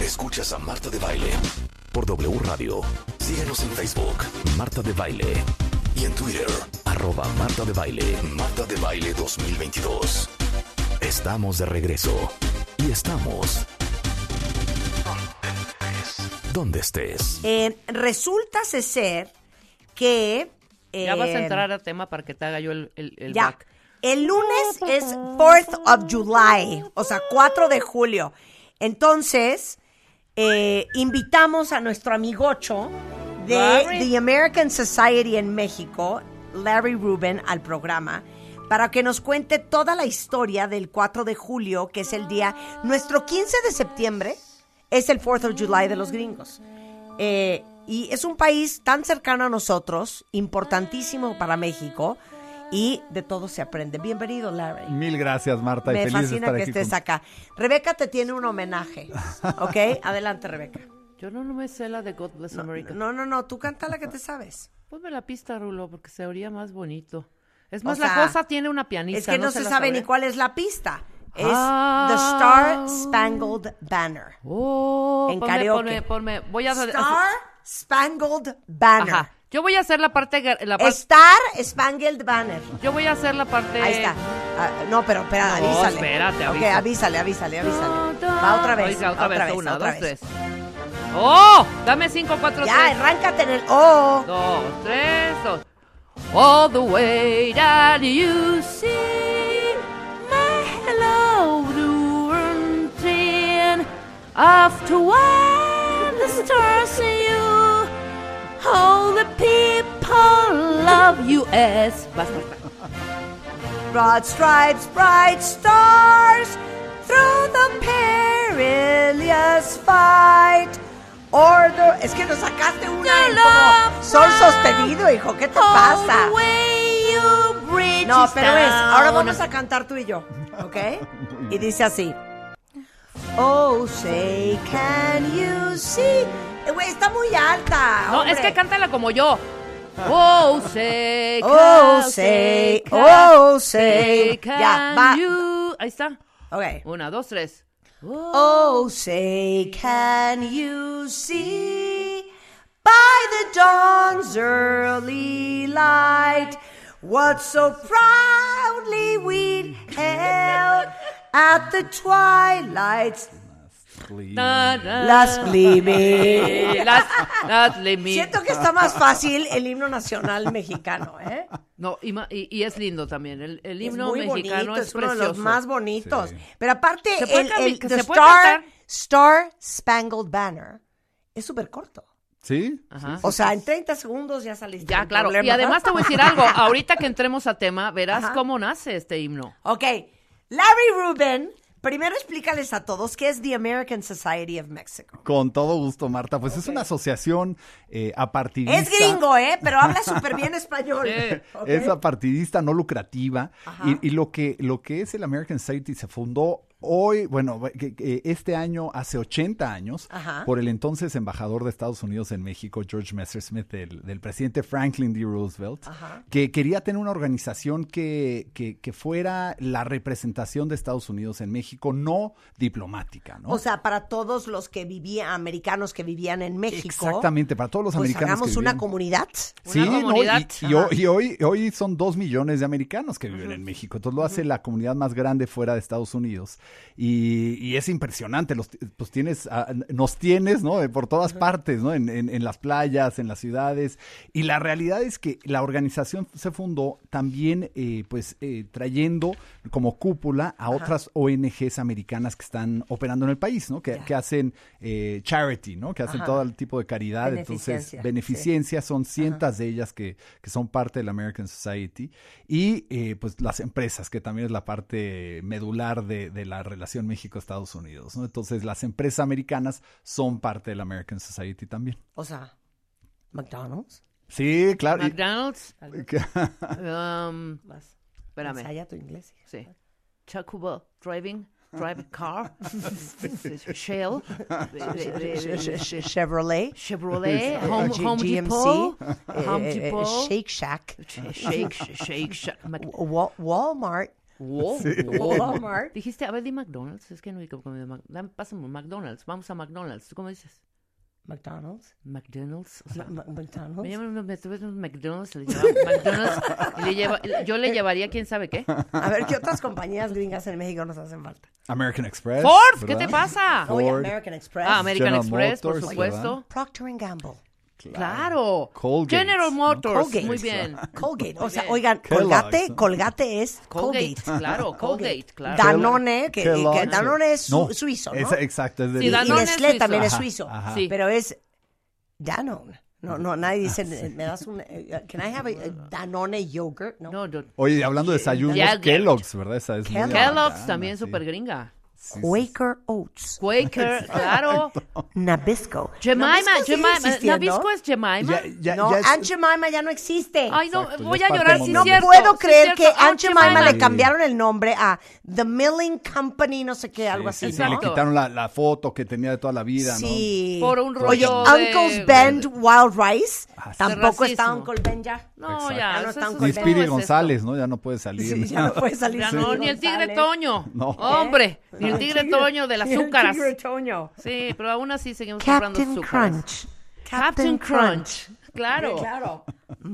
Escuchas a Marta de Baile por W Radio. Síguenos en Facebook, Marta de Baile. Y en Twitter, arroba Marta de Baile, Marta de Baile 2022. Estamos de regreso. Y estamos... ¿Dónde estés? Eh, resulta ser que... eh, Ya vas a entrar a tema para que te haga yo el, el, el ya. back. El lunes es 4th of July, o sea, 4 de julio. Entonces, eh, invitamos a nuestro amigocho de Larry. The American Society en México, Larry Rubin, al programa para que nos cuente toda la historia del 4 de julio, que es el día, nuestro 15 de septiembre es el 4th of July de los gringos. Eh, y es un país tan cercano a nosotros, importantísimo para México, y de todo se aprende. Bienvenido, Larry. Mil gracias, Marta. y Me feliz de fascina estar que aquí estés con- acá. Rebeca te tiene un homenaje. ¿Ok? Adelante, Rebeca. Yo no, no me sé la de God Bless America. No, no, no. Tú canta la que te sabes. Ponme la pista, Rulo, porque se oría más bonito. Es O más, sea, la cosa tiene una pianista. es que no, se, la sabe sabré. ni cuál es la pista. Es The Ah. Star Spangled Banner. Oh, En ponme, karaoke. ponme, ponme. Voy a hacer- Star Spangled Banner. Ajá. Yo voy a hacer la parte. gar- La par- Star Spangled Banner. Yo voy a hacer la parte. Ahí está. Ah, no, pero espera, Eh. No, avísale. espérate, Ok, avisa. avísale, avísale, avísale. Va otra vez. Oiga, otra, vez. Una, otra dos, vez. tres. ¡Oh! Dame cinco, cuatro, Ya, tres. arráncate en el. Oh. dos, tres, dos. All the way that you see my hello to ten after when the stars see you all the people love you as Vas, vas, vas. Broad stripes, bright stars, through the perilous fight. Order. Es que nos sacaste una en como sol sostenido, hijo. ¿Qué te All pasa? the way you bridge No, pero es. Ahora vamos a cantar tú y yo, ¿ok? Y dice así. Oh, say, can you see? Eh, Güey, está muy alta. No, hombre. es que cántala como yo. Oh, say, Oh, can- say, can- oh, say. can Ya, va. you- Ahí está. Ok. Una, dos, tres. Oh, say, can you see by the dawn's early light what so proudly we held at the twilight's Na, na, last gleaming? eh, las- las le mi- Siento que está más fácil el himno nacional mexicano, ¿eh? No, y, ma- y- y es lindo también. El, el Es himno muy mexicano bonito, es, es, uno de precioso. los más bonitos. Pero aparte, ¿Se puede el, cami- el que the se puede Star, cantar? Star Spangled Banner es súper corto. ¿Sí? Ajá. O sea, en 30 segundos ya saliste. Ya, del claro. Y problema. además te voy a decir algo. Ahorita que entremos a tema, verás Ajá. cómo nace este himno. Ok, Larry Rubin, primero explícales a todos qué es The American Society of Mexico. Con todo gusto, Marta. Pues es una asociación eh, apartidista. Es gringo, ¿eh? Pero habla súper bien español. Sí. Ok. Es apartidista, no lucrativa. Y, y lo, que, lo que es el American Society se fundó hoy, bueno, que- que este año, hace 80 años, Ajá. por el entonces embajador de Estados Unidos en México, George Messersmith, del, del presidente Franklin D. Roosevelt, que quería tener una organización que, que- que fuera la representación de Estados Unidos en México, no diplomática, ¿no? O sea, para todos los que vivían, americanos que vivían en México. Exactamente, para todos los pues americanos. hagamos que una vivían- comunidad. Una ¿no? Y- comunidad. y, ho- y hoy, hoy son dos millones de americanos que viven en México. Entonces lo hace la comunidad más grande fuera de Estados Unidos. Y, y es impresionante. Los, t- pues tienes, a- nos tienes, ¿no? Eh, Por todas partes, ¿no? En, en- en las playas, en las ciudades. Y la realidad es que la organización se fundó también, eh, pues, eh, trayendo como cúpula a otras ONGs americanas que están operando en el país, ¿no? Que, que hacen eh, charity, ¿no? Que hacen todo el tipo de caridad. Entonces, Beneficencia, sí. beneficencia ciencia, son cientos de ellas que, que son parte de la American Society y eh, pues las empresas, que también es la parte medular de, de la relación México-Estados Unidos, ¿no? Entonces las empresas americanas son parte de la American Society también. O sea, McDonald's. Sí, claro. y- McDonald's. que- um, espérame. Ensaya tu inglés. hija. Sí. Chacuba, driving, drive car, Shell, Che- Chevrolet. Chevrolet, eh, Home, G- Home GMC, Depot, eh, Home eh, eh, Depot, Shake Shack. Shake, Shake, Shake, Mac- Wa- Walmart. Wo- Sí. wo- Walmart. Dijiste, a ver, di McDonald's. Es que no he comido McDonald's. Dame, pásame un McDonald's. Vamos a McDonald's. ¿Tú cómo dices? McDonald's. McDonald's. O sea, Ma- McDonald's. me llaman, me- me tuve un McDonald's. Le llevaba McDonald's. y le lleva- y le- yo le llevaría quién sabe qué. A ver, ¿qué otras compañías gringas en México nos hacen falta? American Express. Ford, ¿qué ¿verdad? te pasa? Ford. Oye, American Express. Ah, American General Express, por Motors, supuesto. Procter Gamble. Claro. Colgate, General ¿no? Motors. Colgate. Muy bien. Colgate. O sea, Oye. oigan, Kellogg's, Colgate, ¿no? Colgate es Colgate, Colgate. claro, Colgate, claro. Danone, que, Kellogg. que Danone es su- No, suizo, ¿no? es- exacto, es de Sí, y leche. Danone es Nestlé suizo. también es Ajá, suizo. ajá. Sí. Pero es Danone. No, no, nadie Ah, dice, me das un, eh, can I have a, a Danone yogurt? No. No, no. Oye, hablando de desayunos, Jagged. Kellogg's, ¿verdad? Esa es muy Kellogg's. americana, Kellogg's también sí. súper gringa. Sí, sí, sí. Quaker Oats. Quaker, claro. Nabisco. Jemima, Nabisco sigue Jemima. eh, existiendo. ¿Nabisco es Jemima? Ya- ya- No, ya es- Aunt Jemima ya no existe. Ay, no, Exacto, ya voy es a parte llorar, del sí es no movimiento. cierto. puedo sí creer es que cierto. Aunt Jemima le Sí. cambiaron el nombre a The Milling Company, no sé qué, algo eh, Sí, así, sí, ¿no? Le quitaron la, la foto que tenía de toda la vida, ¿no? Sí. Por un Oye, rollo de- Uncle's Bend Wild Rice. Ah, sí. Tampoco De está racismo. Uncle Ben ya. No, Exacto. ya. Ya no eso están es- con Ni ¿Cómo Speedy es esto? González, ¿no? Ya no puede salir. Sí, ya no puede salir. Ya Sí. no, ni el tigre González. Toño. No. Hombre, ni el tigre Toño de las Ni el azúcaras. tigre Toño. Sí, pero aún así seguimos comprando Captain azúcares. Crunch. Captain Crunch. Claro. Claro.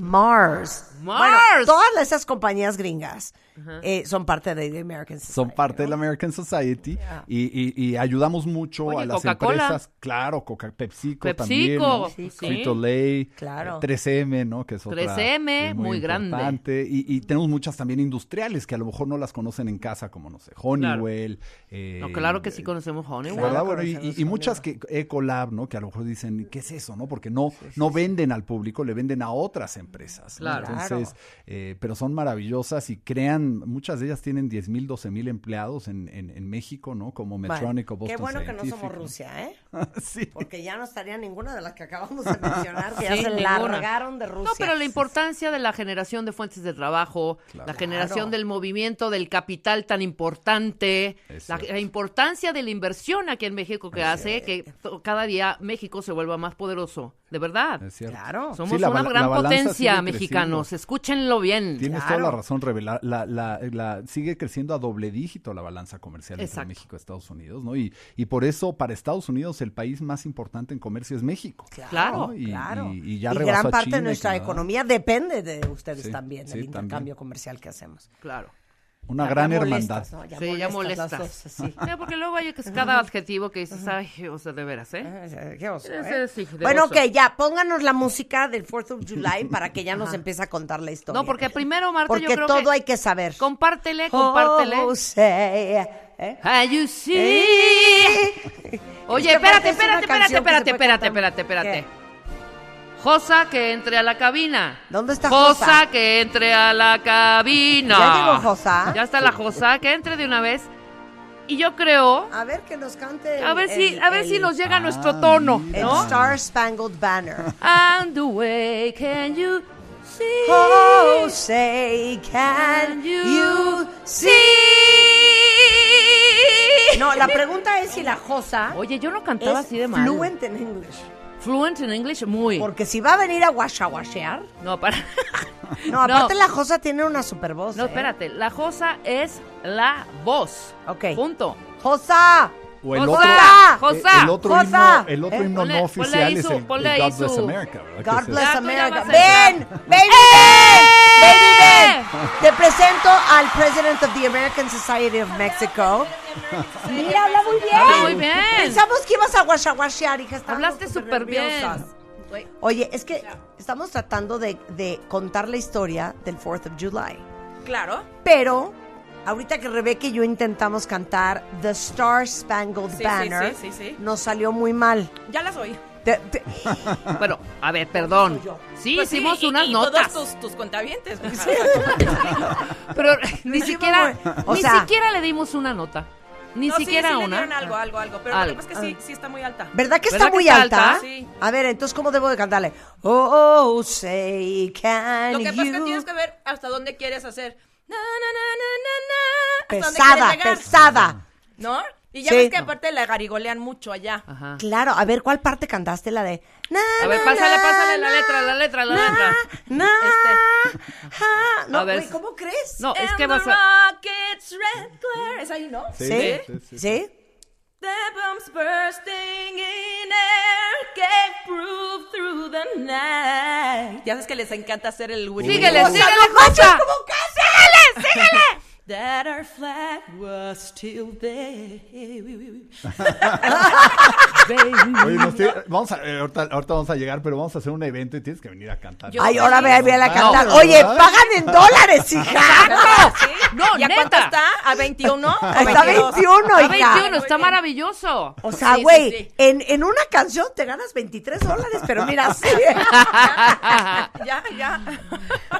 Mars. Bueno, Mars. todas esas compañías gringas eh, son parte de The American Society. Son parte de la American Society y, y- y ayudamos mucho Oye, a las Coca-Cola. empresas. Claro, Coca Pepsico, Pepsico, también. ¿no? sí. Frito Lay, Claro. eh, 3M, ¿no? Que es otra 3M, eh, muy grande. importante. Y, y tenemos muchas también industriales que a lo mejor no las conocen en casa, como no sé, Honeywell. eh, No, claro que sí conocemos Honeywell. ¿verdad? Bueno, y, y- y muchas que Ecolab, ¿no? Que a lo mejor dicen, ¿qué es eso? ¿No? Porque no, no venden al público, le venden a otras empresas. ¿no? Claro. Entonces, eh, pero son maravillosas y crean, muchas de ellas tienen 10 mil, 12 mil empleados en, en- en México, ¿no? Como Metronic o Bueno, Qué Boston bueno que no somos Scientific, Rusia, ¿eh? sí. Porque ya no estaría ninguna de las que acabamos de mencionar, que ya Sí, se ninguna. largaron de Rusia. No, pero la importancia de la generación de fuentes de trabajo, la generación Claro. del movimiento del capital tan importante, Es la, cierto. la importancia de la inversión aquí en México que hace que to- cada día México se vuelva más poderoso, de verdad. Es cierto. Claro. Somos Sí, la una bala- la gran balanza potencia, sigue mexicanos, escúchenlo bien. Tienes Claro. toda la razón, revelar. La, la- la- sigue creciendo a doble dígito la balanza comercial entre Exacto. México y Estados Unidos, ¿no? Y, y por eso, para Estados Unidos, el país más importante en comercio es México. Claro, ¿no? Y, claro. y- y ya Y rebasó gran a parte China de y nuestra Canadá. economía depende de ustedes Sí, también, del sí, intercambio también. comercial que hacemos. Claro. Una Ya gran hermandad. molestas, ¿no? Sí, ya molestas las molestas. dos, sí. No, porque luego hay que cada adjetivo que dices, ay, o sea, de veras, ¿eh? Eh, qué oso, Ese ¿eh? es hijo de Bueno, oso. ok, ya, pónganos la música del 4th of July para que ya nos empiece a contar la historia. No, porque primero, Marta, Porque yo creo todo que... hay que saber. Compártele, compártele. Oh, say, ¿eh? Ah, you see. Oye, Es que Este espérate, es una espérate, espérate, canción que espérate, se puede espérate, cantar. espérate, espérate. Josa que entre a la cabina. ¿Dónde está Josa? Josa que entre a la cabina. Ya llegó Josa. Ya está la Josa, que entre de una vez. Y yo creo, A ver que nos cante. a ver el- si, a ver el- si nos llega Ah, nuestro tono, mira. el ¿no? Star Spangled Banner. And the way can you see? Oh, say, can you see? No, la pregunta es si la Josa Oye, yo no es cantaba así de mal. fluent en English. Fluent in English, muy. Porque si va a venir a guachaguachear. No, para. No, aparte la Josa tiene una super voz. No, ¿eh? espérate. La Josa es la voz. Ok. Punto. ¡Josa! O el Josa, otro, eh, eh, Josa, el otro Josa. himno, el otro Eh, himno ponle- no ponle oficial ahí es su- el, el ponle ahí God Bless su- America, ¿verdad? Que God es el- bless Ya, Ah, tú ya America. vas a ¡Ven! entrar. ¡Eh! ¡Baby, ven! ¡Baby, ven! Te presento al President of the American Society of Mexico. Mira, habla muy bien. Habla muy bien. Pensamos que ibas a guachaguachear, hija. estábamos Hablaste súper bien. nerviosas. Oye, es que estamos tratando de, de contar la historia del 4th of July. Claro. Pero ahorita que Rebeca y yo intentamos cantar The Star Spangled Sí, sí, Banner, sí, sí, sí. nos salió muy mal. Ya las oí. Te- te- Bueno, a ver, perdón. Sí, Pues sí, hicimos y- unas y notas. Todos tus, tus contabientes. Pero ni hicimos siquiera, muy- o ni sea- siquiera le dimos una nota. Ni No, sí, siquiera sí le una. dieron algo, algo, algo. Pero Algo. Ah. lo que pasa es que sí, sí está muy alta. ¿Verdad que está ¿Verdad que muy está alta? alta? Sí. A ver, entonces, ¿cómo debo de cantarle? Oh, say can Lo que pasa es que you- tienes que ver hasta dónde quieres hacer. Na, na, na, na, na, na, hasta dónde Pesada, quieres llegar, pesada. ¿No? Y ya Sí. ves que aparte la garigolean mucho allá. Ajá. Claro, a ver, ¿cuál parte cantaste? La de... na, A ver, na, pásale, na, pásale la na, letra, la letra, la na, letra. na, Este. ja. No, A ver. güey, ¿cómo crees? No, es And que the vas a. rockets red glare. Es ahí, ¿no? Sí, ¿Sí? sí, sí, sí. ¿Sí? The bombs bursting in air gave proof through the night. Ya sabes que les encanta hacer el witch. Síguele, O sea, síguele, no manches, Cuca. ¿cómo crees? That our flag was still there. Ah. Oye, nos tiene- vamos a, eh, ahorita, ahorita vamos a llegar, pero vamos a hacer un evento y tienes que venir a cantar. Yo- Ay, ahora ve, ve a la No, cantar. ¿verdad? Oye, pagan en dólares, hija. ¿Sí? No, ¿Y a neta. cuánto está? ¿A 21? ¿O Está 22? 21, A hija. 21, está Muy bien. maravilloso. O sea, Sí, sí, güey, sí. en, en una canción te ganas 23 dólares, pero mira, sí. ¿eh? Ah. Ya, ya.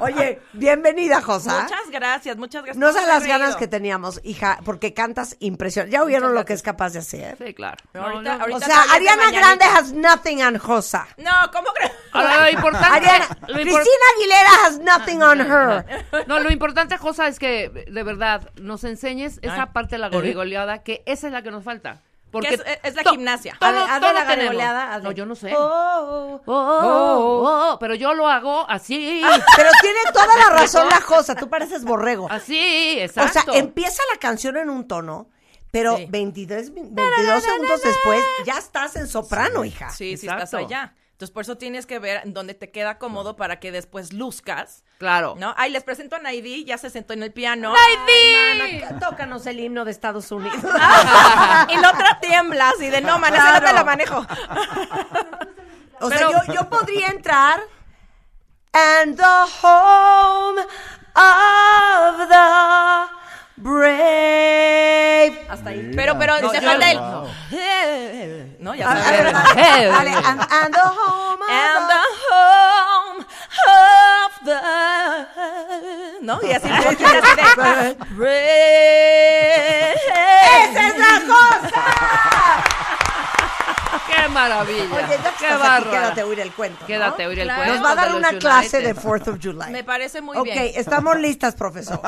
Oye, bienvenida, ¿Ah? Josa. Muchas gracias, muchas gracias. No sé Me he las reído. ganas que teníamos, hija, porque cantas impresionante. Ya oyeron Muchas lo que es capaz de hacer. Sí, claro. No, No, ahorita- no. O ahorita- sea, todavía es de Ariana mañanita. Grande has nothing on Josa. No, ¿cómo crees? Ahora, lo importante. Ariana, Ah, lo impor- Cristina Aguilera has nothing on her. No, lo importante, Josa, es que de verdad nos enseñes esa parte de ¿Eh? la gorigoleada, que esa es la que nos falta. Porque Que es- es- es la to- gimnasia. Todo, A ver, hazle todo la tenemos. garigoleada, hazle. No, yo no sé. Oh, Oh, oh, oh, pero yo lo hago así. Pero tiene toda la razón la Josa, tú pareces borrego. Así, O sea, exacto. empieza la canción en un tono, pero Sí. 23, 22 segundos después ya estás en soprano, hija. Sí, sí Ah, Exacto. estás allá. Entonces, por eso tienes que ver en dónde te queda cómodo para que después luzcas. Claro. ¿No? Ay, les presento a Naidi, ya se sentó en el piano. ¡Ay, di! Mana, Tócanos el himno de Estados Unidos. y la otra tiembla así de no, man, esa no te la manejo. O Pero- sea, yo, yo podría entrar. And the home of the brave. Hasta ahí. Pero, pero, No, Ah, se yo- falta el. wow. No, ya A- a sabes. ver, dale, dale, Ah, and, and the home of And the- the home of the. ¿No? Y así tú quieres así de. ¡Esa es la cosa! ¡Qué maravilla! Oye, ya que ¡Qué estás aquí, bárbara! quédate a oír el cuento. ¿no? Quédate a oír el Claro. cuento Nos va a dar pues, de una los clase de United. 4th of July. Me parece muy ok, bien. estamos listas, profesor.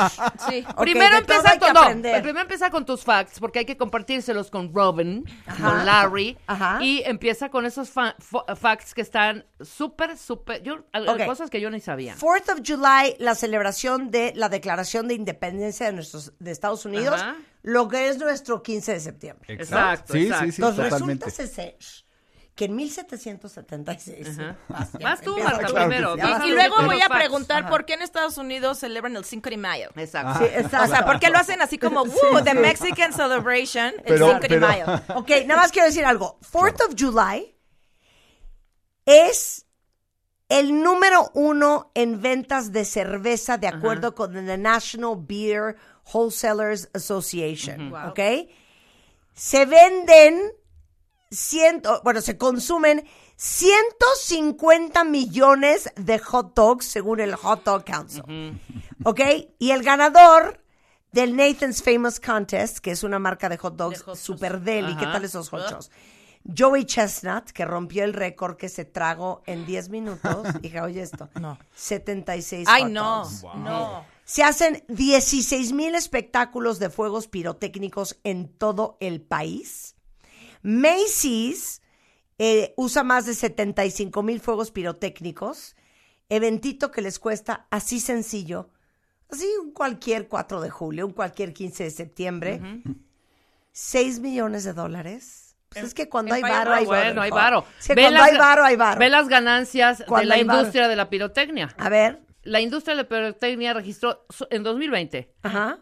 Sí. Ok, primero de todo hay empieza que con, no, aprender. primero empieza con tus facts, porque hay que compartírselos con Robin, Ajá. con Larry, Ajá. y empieza con esos fa- fo- facts que están súper, súper, yo, al- Ok. cosas que yo ni sabía. 4th of July, la celebración de la Declaración de Independencia de, nuestros, de Estados Unidos, Ajá. lo que es nuestro 15 de septiembre. Exacto, Sí, exacto. sí, Eh, sí, Nos totalmente. resulta ser que en 1776... Ajá. Vas, ya, Vas tú, empieza Marta, Claro que primero. sí. Vas Y tú, luego con voy los a facts. preguntar Ajá. por qué en Estados Unidos celebran el 5 de mayo. Exacto. Sí, exacto. O sea, ¿por qué lo hacen así como, "Woo, the Mexican celebration, el Pero- 5 de pero- mayo? Ok, nada más quiero decir algo. 4th of July es el número uno en ventas de cerveza de acuerdo con the National Beer Wholesalers Association. Ujú. Wow. Ok. Se venden, ciento, bueno, se consumen 150 millones de hot dogs según el Hot Dog Council. ¿Ok? Y el ganador del Nathan's Famous Contest, que es una marca de hot dogs De hot dogs. super deli, ¿qué Ajá. tal esos hot dogs? Joey Chestnut, que rompió el récord que se trago en 10 minutos. Hija, oye esto. No. 76 Ay, hot no, dogs. no. Se hacen 16 mil espectáculos de fuegos pirotécnicos en todo el país. Macy's eh, usa más de 75 mil fuegos pirotécnicos. Eventito que les cuesta así sencillo. Así un cualquier 4 de julio, un cualquier 15 de septiembre. 6 millones de dólares. Pues es que cuando en hay Fire varo, hay varo. Bueno, hay hijo. varo. Es que Ve cuando las- hay varo, hay varo. Ve las ganancias de Cuando la hay varo. industria de la pirotecnia. A ver. La industria de la pirotecnia registró so- en 2020 Ajá.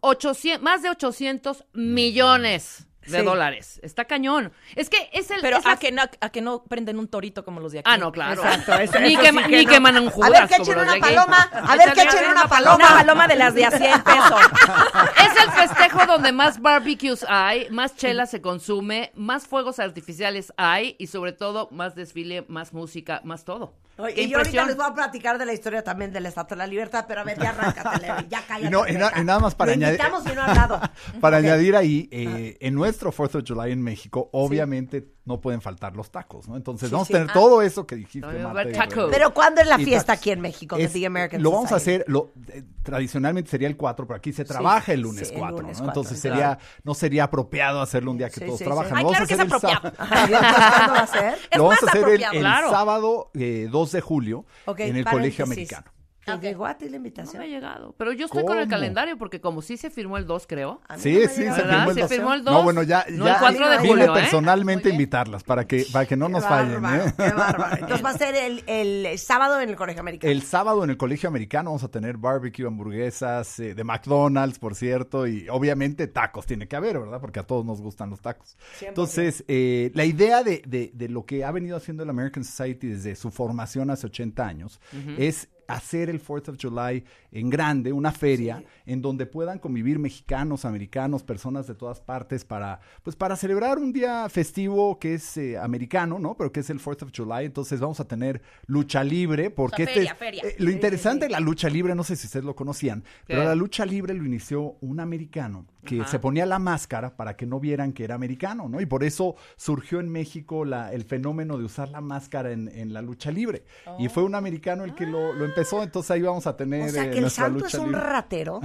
800, más de 800 millones de Sí. dólares. Está cañón. Es que es el... Pero es la- a que, no, a que no prenden un torito como los de aquí. Ah, no, claro. Exacto, eso- ni eso que, sí ma- que ni no. que manan A ver, que echen una paloma, a ver, que echen una paloma. Una paloma de las de a 100 pesos. Es el festejo donde más barbecues hay, más chela se consume, más fuegos artificiales hay y sobre todo más desfile, más música, más todo. Oye, Qué y yo ahorita impresión. les voy a platicar de la historia también del Estatua de la Libertad, pero a ver, ya arráncate, Larry, ya cállate. Y no, y na- deja. y nada más para Lo añadir- invitamos y no ha hablado. Para Ok. Ah. añadir ahí, eh, en nuestro 4 de July en México, obviamente no pueden faltar los tacos, ¿no? Entonces Sí, vamos sí. Ah. a tener todo eso que dijiste, No, yo voy a Marta, ver y tacos. Rebeca. Pero ¿cuándo es la Y fiesta tacos. aquí en México? de Es- The American lo vamos a Society? hacer, lo, eh, tradicionalmente sería el 4, pero aquí se trabaja el lunes sí, el 4, lunes ¿no? 4, Entonces claro. sería, no sería apropiado hacerlo un día que Sí, todos sí, sí. trabajan. Ay, Lo vamos claro a que es hacer el sábado. apropiado. Ay, ¿Cuándo va a ser? Es Lo vamos a más hacer el- el, apropiado. Claro. sábado eh, 2 de julio Ok, en el paréntesis. Colegio Americano. ¿Te Ok. llegó a ti la No me ha invitación? llegado. Pero yo estoy con el ¿Cómo? calendario porque como sí se firmó el 2, creo. A mí Sí, no me sí, llegó se la ¿Verdad? firmó el Se 2. firmó el No, dos, bueno, ya, no ya el cuatro de vine julio, ¿eh? personalmente Muy a bien. invitarlas para que, para que no Qué nos fallen, bárbaro, ¿eh? qué bárbaro. Entonces va a ser el, el sábado en el Colegio Americano. El sábado en el Colegio Americano vamos a tener barbecue, hamburguesas eh, de McDonald's, por cierto, y obviamente tacos tiene que haber, ¿verdad? Porque a todos nos gustan los tacos. Entonces, eh, la idea de, de- de lo que ha venido haciendo la American Society desde su formación hace 80 años es hacer el 4th of July en grande, una feria en donde puedan convivir mexicanos, americanos, personas de todas partes para pues para celebrar un día festivo que es eh, americano, ¿no? Pero que es el 4th of July, entonces vamos a tener lucha libre porque sea, este feria, feria. eh, lo interesante de la lucha libre, no sé si ustedes lo conocían, pero la lucha libre lo inició un americano que se ponía la máscara para que no vieran que era americano, ¿no? Y por eso surgió en México la- el fenómeno de usar la máscara en, en la lucha libre. Y fue un americano el que lo, lo empezó, entonces ahí vamos a Oh. tener O sea eh, que el nuestra santo es lucha un libre. ratero,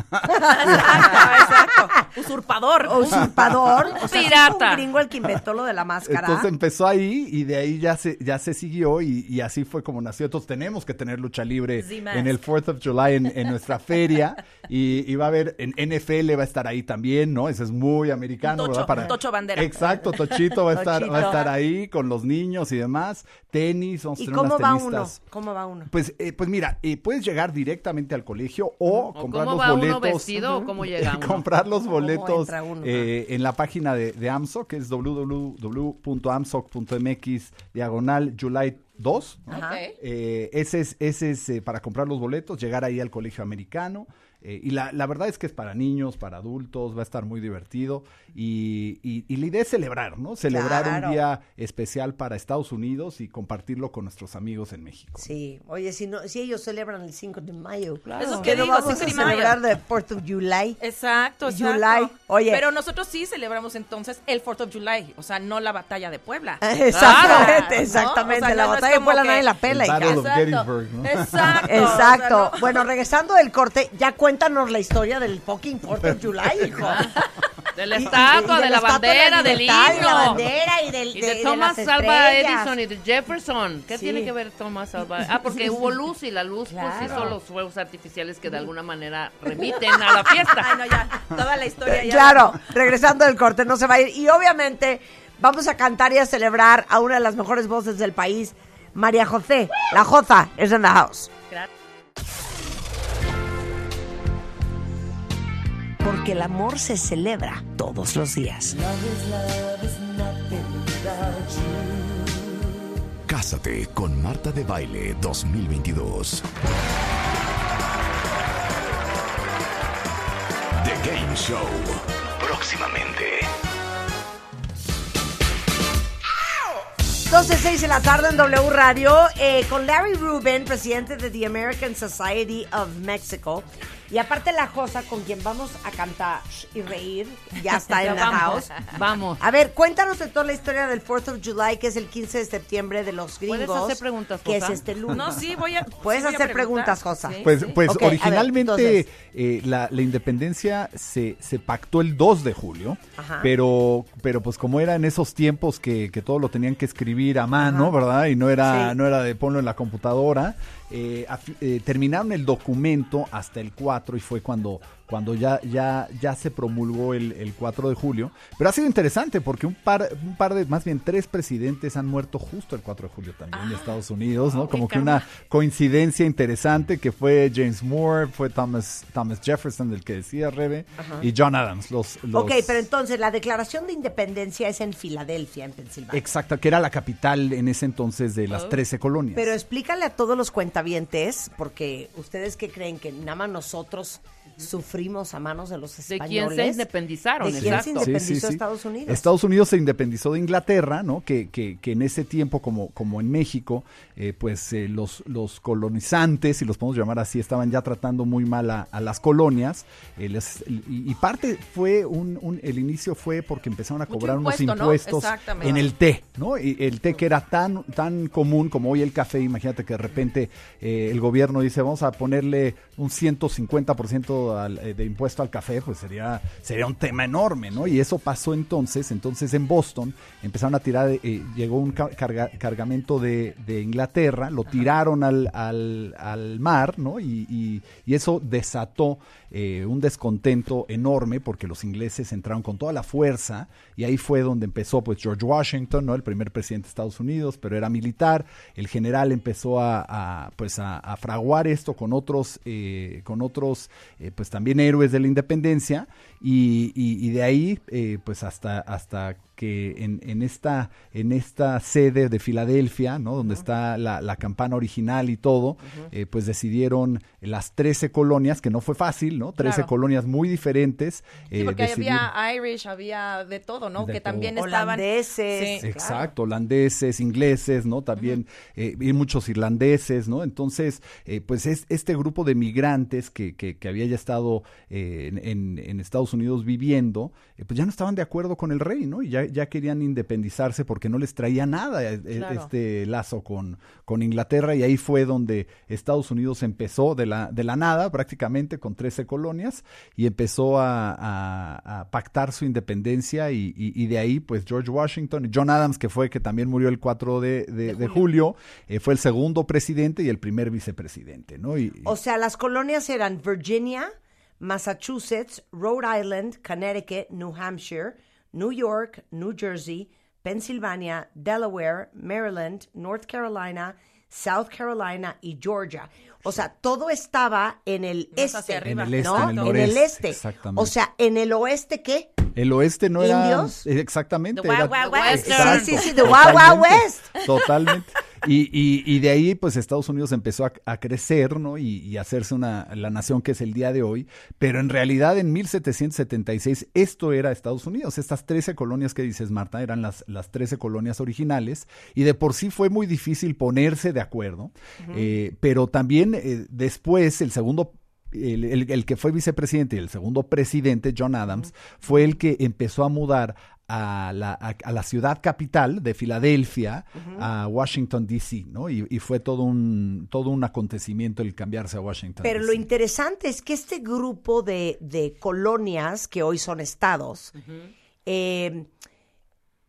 Exacto, exacto. Usurpador. o usurpador, o sea, sí fue pirata. un gringo el que inventó lo de la máscara. Entonces empezó ahí y de ahí ya se, ya se siguió y, y así fue como nació. Entonces tenemos que tener lucha libre The Mask. en el 4th of July en, en nuestra feria y, y va a haber, en NFL va a estar ahí también, ¿no? Ese es muy americano, Tocho, ¿verdad? Tocho Bandera. Exacto, Tochito va a, estar, va a Tochito. estar ahí con los niños y demás. Tenis, vamos a ¿Y tener cómo unas va uno? tenistas. ¿Cómo va uno? Pues, eh, pues mira, eh, puedes llegar directamente al colegio o, ¿O comprar cómo los va boletos. uno vestido o cómo llega uno? comprar los ¿Cómo boletos entra uno? eh, en la página de, de AMSOC, que es www.amsoc.mx diagonal July 2. ¿no? Ajá. Eh, ese es, ese es eh, para comprar los boletos, llegar ahí al colegio americano. eh, y la, la verdad es que es para niños, para adultos, va a estar muy divertido. Y, y- y la idea es celebrar, ¿no? Celebrar Claro. un día especial para Estados Unidos y compartirlo con nuestros amigos en México. Sí, oye, si, no, si ellos celebran el 5 de mayo, claro. Es lo que digo, 5 de mayo. Eh, celebrar de 4 de July. Exacto, exacto. July, oye. Pero nosotros sí celebramos entonces el 4 de July, o sea, no la batalla de Puebla. Exactamente, ¿no? exactamente. O sea, la no, no es batalla de como Puebla que- nadie la pela, El hija. Battle of Exacto, Gettysburg, ¿no? Exacto. Exacto. o sea, no- Bueno, regresando del corte, ya cuéntanos la historia del fucking 4 de July, hijo. De Y- la y- y estatua, de la bandera, del himno. libertad, y la bandera y del Y de, de de Thomas las Alva estrellas. Edison y de Jefferson. ¿Qué Sí. tiene que ver Thomas Alva? Ah, porque hubo luz y la luz pues Claro. hizo los fuegos artificiales que de alguna manera remiten a la fiesta. Ay, no, ya. Toda la historia ya. Claro, regresando del corte, no se va a ir. Y obviamente vamos a cantar y a celebrar a una de las mejores voces del país, María José. La Joza es en la house. Porque el amor se celebra todos los días. Cásate con Marta de Baile 2022. The Game Show. Próximamente. 12.06 de la tarde en W Radio eh, con Larry Rubin, presidente de The American Society of Mexico. Y aparte la Josa con quien vamos a cantar y reír, ya está Ya en la vamos, house. vamos. A ver, cuéntanos de toda la historia del 4th of July, que es el 15 de septiembre de los ¿Puedes gringos. hacer preguntas, Que es Josa? este lunes. No, sí, voy a. Puedes sí voy a hacer preguntar. preguntas, Josa. Sí, Pues, sí. pues Ok, a ver, originalmente entonces. eh, la, la independencia se, se pactó el 2 de julio, Ajá. pero pero pues como era en esos tiempos que, que todo lo tenían que escribir a mano, ¿verdad? Y no era Sí. Ah, no era de ponlo en la computadora, eh, a fi- eh, terminaron el documento hasta el 4 y fue cuando cuando ya ya ya se promulgó el, el 4 de julio, pero ha sido interesante porque un par un par de más bien tres presidentes han muerto justo el 4 de julio también Ah. en Estados Unidos, ¿no? Como que una coincidencia interesante que fue James Moore, fue Thomas, Thomas Jefferson, del que decía Rebe, y John Adams. Los, los- Ok, pero entonces la declaración de independencia es en Filadelfia, en Pensilvania. Exacto, que era la capital en ese entonces de Oh. las 13 colonias. Pero explícale a todos los cuentavientes, porque ustedes que creen que nada más nosotros sufrimos a manos de los De españoles. quien se independizaron, ¿De quién se exacto. independizó Estados Unidos? Estados Unidos se independizó de Inglaterra, ¿no? Que, que, que en ese tiempo, como, como en México, eh, pues eh, los, los colonizantes, si los podemos llamar así, estaban ya tratando muy mal a, a las colonias. eh, les- y, y parte fue un, un- el inicio fue porque empezaron a Mucho cobrar unos impuesto, ¿no? impuestos Exactamente. en el té, ¿no? Y el té que era tan, tan común como hoy el café, imagínate que de repente eh, el gobierno dice, vamos a ponerle un 150% al, eh, de impuesto al café, pues sería, sería un tema enorme, ¿no? Y eso pasó entonces, entonces en Boston empezaron a tirar, eh, llegó un ca- carga- cargamento de, de Inglaterra, lo tiraron al, al- al mar, ¿no? Y, y- y eso desató eh, un descontento enorme porque los ingleses entraron con toda la fuerza y ahí fue donde empezó pues George Washington, ¿no? El primer presidente de Estados Unidos, pero era militar. El general empezó a, a, pues a, a fraguar esto con otros, eh, con otros eh, pues también héroes de la independencia y, y- y de ahí eh, pues hasta, hasta que en, en esta, en esta sede de Filadelfia, ¿no? Donde está la, la campana original y todo, eh, pues decidieron las 13 colonias, que no fue fácil, ¿no? 13 Claro. colonias muy diferentes. Sí, eh, porque decidir- había Irish, había de todo, ¿no? De que todo. también estaban. Holandeses. Sí. claro. Exacto, holandeses, ingleses, ¿no? También eh, y muchos irlandeses, ¿no? Entonces, eh, pues es este grupo de migrantes que, que- que había ya estado eh, en, en- en Estados Unidos viviendo, eh, pues ya no estaban de acuerdo con el rey, ¿no? Y ya, ya querían independizarse porque no les traía nada eh, eh, Claro. este lazo con, con Inglaterra y ahí fue donde Estados Unidos empezó de la, de la nada prácticamente con 13 colonias y empezó a, a- a pactar su independencia y, y- y de ahí pues George Washington y John Adams que fue que también murió el 4 de, de- de julio, eh, fue el segundo presidente y el primer vicepresidente, ¿no? Y, y- O sea, las colonias eran Virginia, Massachusetts, Rhode Island, Connecticut, New Hampshire, New York, New Jersey, Pensilvania, Delaware, Maryland, North Carolina, South Carolina y Georgia. O sea, todo estaba en el Más hacia este, arriba. En el este, ¿no? en el noreste, este. exactamente. O sea, en el oeste qué? el oeste no ¿Indios? era... eh, Exactamente. The Wild era- Wild West. Exacto, Sí, sí, sí, the Wild Wild totalmente, West. Totalmente. Y, y- y de ahí, pues Estados Unidos empezó a, a crecer, ¿no? Y, y hacerse una, la nación que es el día de hoy. Pero en realidad, en 1776, esto era Estados Unidos. Estas 13 colonias que dices, Marta, eran las, las 13 colonias originales. Y de por sí fue muy difícil ponerse de acuerdo. Eh, pero también eh, después, el segundo el, el- el que fue vicepresidente y el segundo presidente, John Adams, fue el que empezó a mudar a la, a- a la ciudad capital de Filadelfia a Washington, D.C., ¿no? Y, y fue todo un, todo un acontecimiento el cambiarse a Washington. Pero lo DC. interesante es que este grupo de, de colonias que hoy son estados, eh,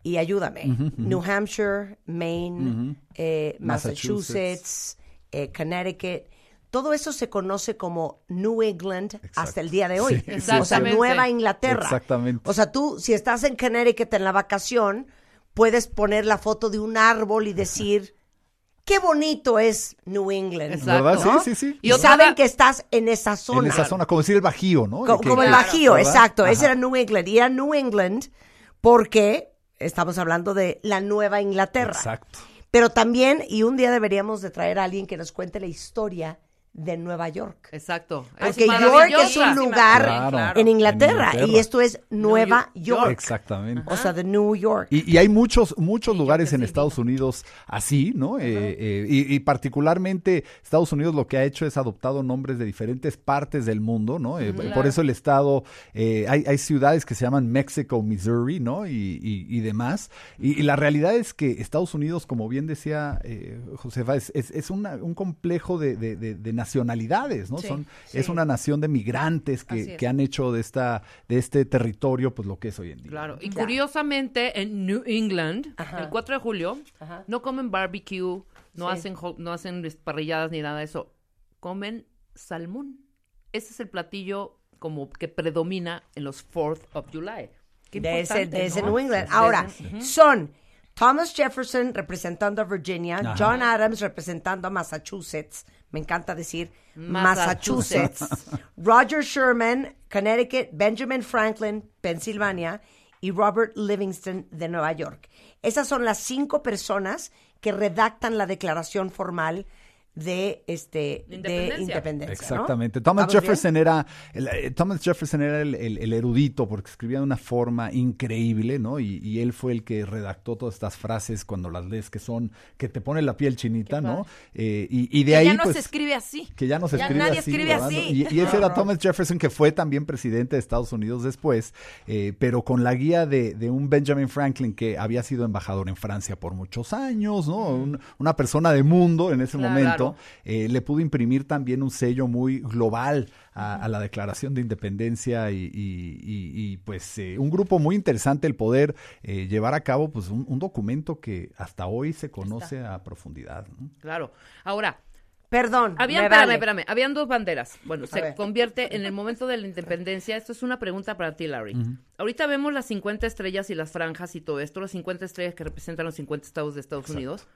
y ayúdame, New Hampshire, Maine, eh, Massachusetts, Massachusetts. eh, Connecticut, todo eso se conoce como New England hasta el día de hoy. Sí, sí, o sea, sí. Nueva Inglaterra. Exactamente. O sea, tú, si estás en Connecticut en la vacación, puedes poner la foto de un árbol y decir, qué bonito es New England. Exacto. ¿Verdad? ¿no? Sí, sí, sí. Y Y otra- saben que estás en esa zona. en esa zona, como decir el Bajío, ¿no? Co- Que- como el que- Bajío, ¿verdad? exacto. Ese Ajá. era New England. Y era New England porque estamos hablando de la Nueva Inglaterra. Exacto. Pero también, y un día deberíamos de traer a alguien que nos cuente la historia de Nueva York. Exacto. Es Porque York maravillosa. es un lugar Claro, en, Inglaterra, en Inglaterra. y esto es Nueva York. York. Exactamente. O sea, de New York. Y, y hay muchos, muchos lugares en Estados Unidos así, ¿no? Eh, eh, y, y particularmente Estados Unidos lo que ha hecho es adoptado nombres de diferentes partes del mundo, ¿no? Eh, Por eso el estado, eh, hay, hay ciudades que se llaman Mexico, Missouri, ¿no? Y, y- y demás. Y, y la realidad es que Estados Unidos, como bien decía eh, Josefa, es, es- es una- un complejo de, de- de- de nacionalidades, ¿no? Sí, Son, sí. Es una nación de migrantes Así que, es. que han hecho de, esta, de este territorio, pues lo que es hoy en día. Claro. Y Ya. curiosamente, en New England, el 4 de julio, Ajá. no comen barbecue, no Sí. hacen ho- no hacen parrilladas ni nada de eso. Comen salmón. Ese es el platillo como que predomina en los 4th of July. Qué de ese, importante, de ese ¿no? New England. De Ahora, ese- son Thomas Jefferson representando a Virginia, Ajá. John Adams representando a Massachusetts, me encanta decir Massachusetts. Massachusetts, Roger Sherman, Connecticut, Benjamin Franklin, Pensilvania y Robert Livingston de Nueva York. Esas son las cinco personas que redactan la declaración formal de este de independencia. Independencia. ¿no? Exactamente. Thomas ¿Vamos Jefferson, era, el, eh, Thomas Jefferson era el, el- el erudito porque escribía de una forma increíble, ¿no? Y, y él fue el que redactó todas estas frases cuando las lees que son, que te pone la piel chinita, ¿no? Eh, y, y de Que ahí ya no pues, se escribe así. que ya no se Ya escribe nadie así. escribe ¿verdad? así. Y, y ese era Thomas Jefferson, que fue también presidente de Estados Unidos después, eh, pero con la guía de, de un Benjamin Franklin que había sido embajador en Francia por muchos años, ¿no? Un- una persona de mundo en ese Claro. momento, eh, le pudo imprimir también un sello muy global a, a la Declaración de Independencia y, y- y- y, pues eh, un grupo muy interesante el poder eh, llevar a cabo pues un, un documento que hasta hoy se conoce a profundidad. ¿no? Claro. Ahora, Perdón. Habían, me espérame, vale. espérame, habían dos banderas. Bueno, se ver. convierte en el momento de la independencia. Esto es una pregunta para ti, Larry. Ahorita vemos las 50 estrellas y las franjas y todo esto, las 50 estrellas que representan los 50 estados de Estados Unidos.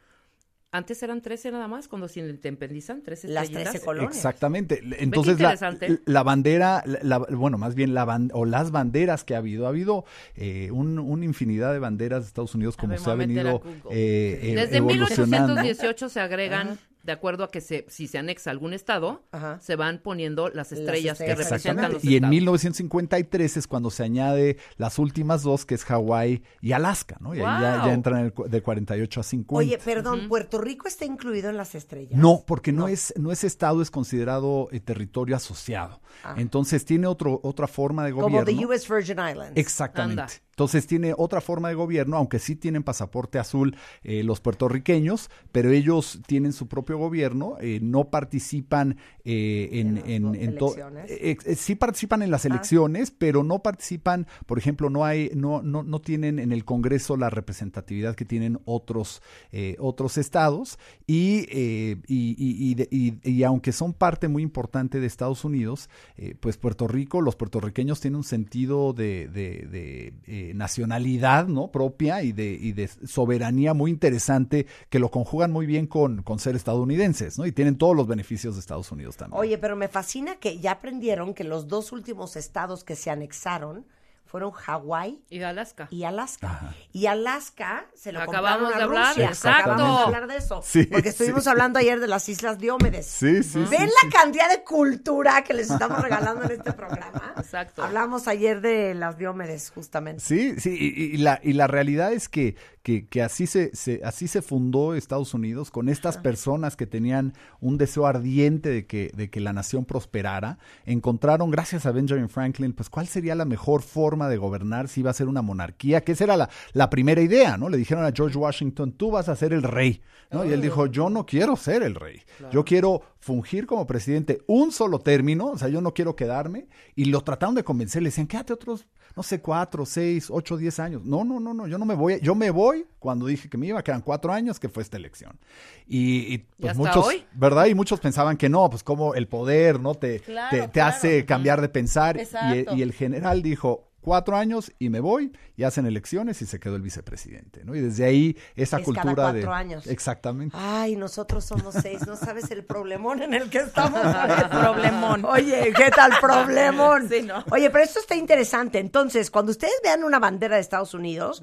Antes eran 13 nada más cuando se independizan, 13 Las estrellitas. 13 colores. colonias. Exactamente. Le- Entonces, la, interesante. la bandera, la- la- bueno, más bien la ban- o las banderas que ha habido, ha habido eh, un- una infinidad de banderas de Estados Unidos como ver, se ha voy a meter venido a Google. eh, eh, Desde evolucionando. 1818 se agregan, de acuerdo a que se, si se anexa algún estado, Ajá. se van poniendo las estrellas, que estrellas. representan los Exactamente. Y en estados. 1953 es cuando se añade las últimas dos, que es Hawái y Alaska, ¿no? Y ahí ya, Wow. ya entran el cu- de 48 a 50. Oye, perdón, ¿Puerto Rico está incluido en las estrellas? No, porque no, es no es estado, es considerado eh, territorio asociado. Ah. Entonces tiene otro otra forma de Como gobierno. the U.S. Virgin Islands. Exactamente. Anda. Entonces tiene otra forma de gobierno, aunque sí tienen pasaporte azul eh, los puertorriqueños, pero ellos tienen su propio gobierno, eh, no participan eh, en, En en, las en to- elecciones. eh, eh, sí participan en las Ah. elecciones, pero no participan, por ejemplo, no hay, no, no, no tienen en el Congreso la representatividad que tienen otros, eh, otros estados y, eh, y, y- y de- y- y aunque son parte muy importante de Estados Unidos, eh, pues Puerto Rico, los puertorriqueños tienen un sentido de, de- de, eh, nacionalidad, ¿no? Propia y de, y de soberanía muy interesante que lo conjugan muy bien con, con ser estadounidenses, ¿no? Y tienen todos los beneficios de Estados Unidos también. Oye, pero me fascina que ya aprendieron que los dos últimos estados que se anexaron fueron Hawái Y Alaska. y Alaska. Y Alaska se lo Acabamos compraron a de hablar, Rusia. exacto. Acabamos de hablar de eso. Sí, porque estuvimos sí. hablando ayer de las Islas Diómedes. Sí, sí, sí, ¿Ven la cantidad de cultura que les estamos regalando en este programa? Exacto. Hablamos ayer de las Diómedes, justamente. Sí, sí, y, y la, y la realidad es que, que, que así, se, se- así se fundó Estados Unidos, con estas personas que tenían un deseo ardiente de que, de que la nación prosperara, encontraron, gracias a Benjamin Franklin, pues cuál sería la mejor forma de gobernar, si iba a ser una monarquía, que esa era la, la primera idea, ¿no? Le dijeron a George Washington, tú vas a ser el rey, ¿no? Y él dijo, yo no quiero ser el rey, yo quiero fungir como presidente un solo término, o sea, yo no quiero quedarme, y lo trataron de convencer, le decían, quédate otros no sé, cuatro, seis, ocho, diez años. No, no, no, no, yo no me voy. Yo me voy cuando dije que me iba, que eran cuatro años que fue esta elección. Y, y, pues hasta muchos, hoy? ¿verdad? Y muchos pensaban que no, pues como el poder, ¿no? Te, Claro, te, te claro. hace cambiar de pensar. Y, Exacto. y el general dijo cuatro años y me voy y hacen elecciones y se quedó el vicepresidente, ¿no? Y desde ahí esa Es cada cultura de... cuatro años. Exactamente. Ay, nosotros somos seis, no sabes el problemón en el que estamos. ¿sabes? Problemón. Oye, ¿qué tal problemón? Sí, ¿no? Oye, pero esto está interesante. Entonces, cuando ustedes vean una bandera de Estados Unidos,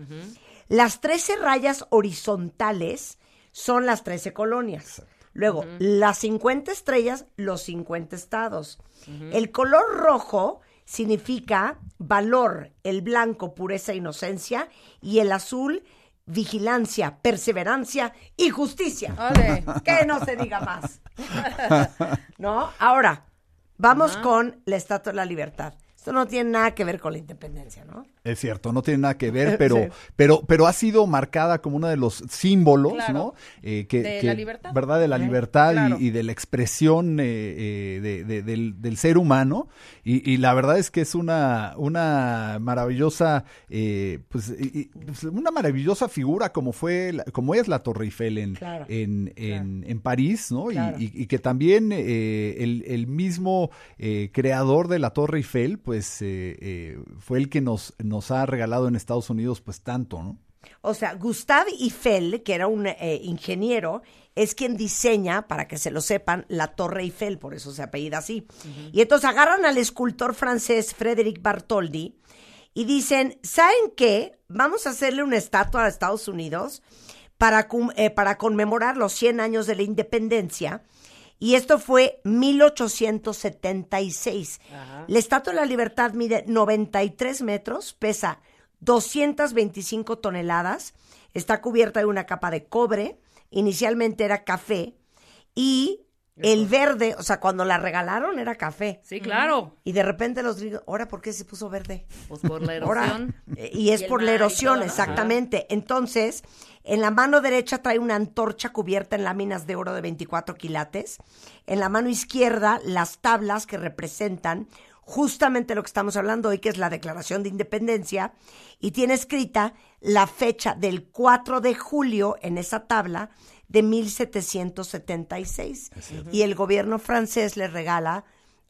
las 13 rayas horizontales son las 13 colonias. Luego, las 50 estrellas, los 50 estados. El color rojo significa valor, el blanco, pureza, e inocencia, y el azul, vigilancia, perseverancia y justicia. Ole. Que no se diga más. ¿No? Ahora, vamos con la Estatua de la Libertad. Esto no tiene nada que ver con la independencia, ¿no? Es cierto, no tiene nada que ver, pero, pero, pero ha sido marcada como uno de los símbolos, Claro. ¿no? Eh, que, De que- la libertad. ¿Verdad? De la libertad y- Claro. y, de la expresión eh, eh, de- de- del, del ser humano. Y, y la verdad es que es una, una maravillosa, eh, pues, y- y- pues, una maravillosa figura como fue, la- como es la Torre Eiffel en, Claro. en, en, en París, ¿no? Y- Claro. Y, y que también eh, el, el mismo eh, creador de la Torre Eiffel, pues eh, eh, fue el que nos, nos ha regalado en Estados Unidos, pues tanto, ¿no? O sea, Gustave Eiffel, que era un eh, ingeniero, es quien diseña, para que se lo sepan, la Torre Eiffel, por eso se apellida así. Y entonces agarran al escultor francés Frédéric Bartholdi y dicen, ¿saben qué? Vamos a hacerle una estatua a Estados Unidos para, cum- eh, para conmemorar los 100 años de la independencia. Y esto fue 1876. La Estatua de la Libertad mide 93 metros, pesa 225 toneladas, está cubierta de una capa de cobre, inicialmente era café, y el verde, o sea, cuando la regalaron era café. Sí, claro. Y de repente los gringos, ahora, ¿por qué se puso verde? Pues por la Ahora, erosión. eh, y es Y el por mar la y erosión, todo, ¿no? exactamente. Entonces, en la mano derecha trae una antorcha cubierta en láminas de oro de 24 quilates. En la mano izquierda, las tablas que representan justamente lo que estamos hablando hoy, que es la Declaración de Independencia. Y tiene escrita la fecha del 4 de julio en esa tabla de 1776. Y el gobierno francés le regala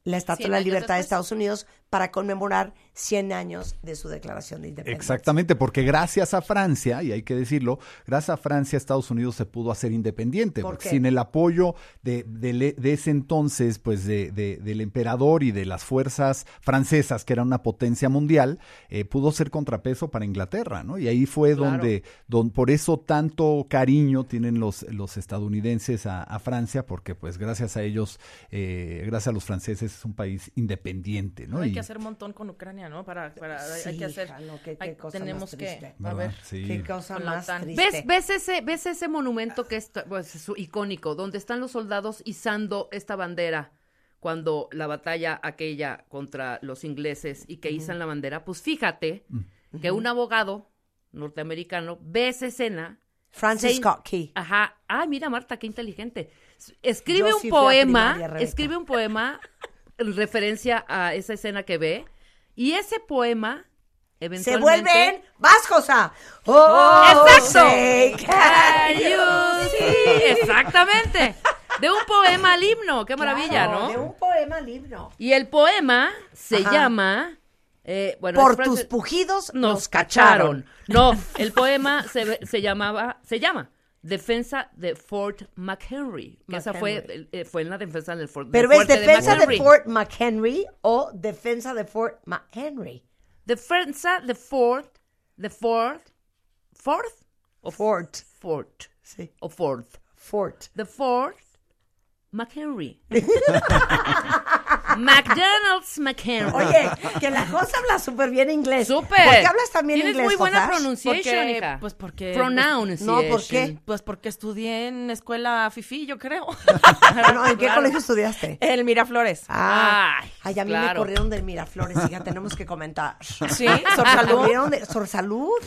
la Estatua de 100 la años Libertad de después. Estados Unidos para conmemorar 100 años de su declaración de independencia. Exactamente, porque gracias a Francia, y hay que decirlo, gracias a Francia Estados Unidos se pudo hacer independiente, ¿Por porque qué? sin el apoyo de, de le- de ese entonces, pues de- de- del emperador y de las fuerzas francesas, que era una potencia mundial, eh, pudo ser contrapeso para Inglaterra, ¿no? Y ahí fue Claro. donde, don- por eso tanto cariño tienen los, los estadounidenses a, a Francia, porque pues gracias a ellos, eh, gracias a los franceses es un país independiente, ¿no? Hay Y- que hacer un montón con Ucrania, ¿no? Para, para hay Sí, que hacer. hija, no, qué- hay- qué cosa más tenemos que. triste. A ¿verdad? ver. Sí. Qué cosa Con la más OTAN. triste. ¿Ves, ves, ese, ¿Ves ese monumento que es pues, su- icónico, donde están los soldados izando esta bandera cuando la batalla aquella contra los ingleses y que izan la bandera? Pues fíjate que un abogado norteamericano ve esa escena. Francis se- Scott Key. Ajá. Ay, mira, Marta, qué inteligente. S- Escribe Yo un sí fui a poema, primaria, Rebeca. escribe un poema en referencia a esa escena que ve y ese poema Se eventualmente... vuelven vascos a... ¡Oh, ¡Exacto! say, can you see? Exactamente. De un poema al himno. Qué maravilla, Claro, De ¿no? un poema al himno. Y el poema se Ajá. llama. eh, bueno, es Por frase- tus pujidos nos cacharon. No, el poema se, ve- se llamaba. Se llama. Defensa de Fort McHenry. Que esa fue, McHenry. eh, fue en la defensa del Fort Pero del es fuerte defensa de, McHenry. Fort McHenry o defensa de Fort McHenry. Defensa de Fort. De Fort. Fort. O Fort. Fort. Sí. O Fort. Fort. The fourth, McHenry. McDonald's McHenry. Oye, que la Josa habla súper bien inglés. Súper. ¿Por qué hablas también Tienes inglés, muy buena Jotas? pronunciación, Porque- hija. pues porque- Pronunciation. No, ¿por qué? Pues porque estudié en escuela fifi, yo creo. Ah, No, ¿En qué colegio estudiaste? El Miraflores. Ah, Ay, ay, a mí me claro. corrieron del Miraflores, hija, tenemos que comentar. Sí, ¿Me Sor Salud. corrieron de- Sor Salud.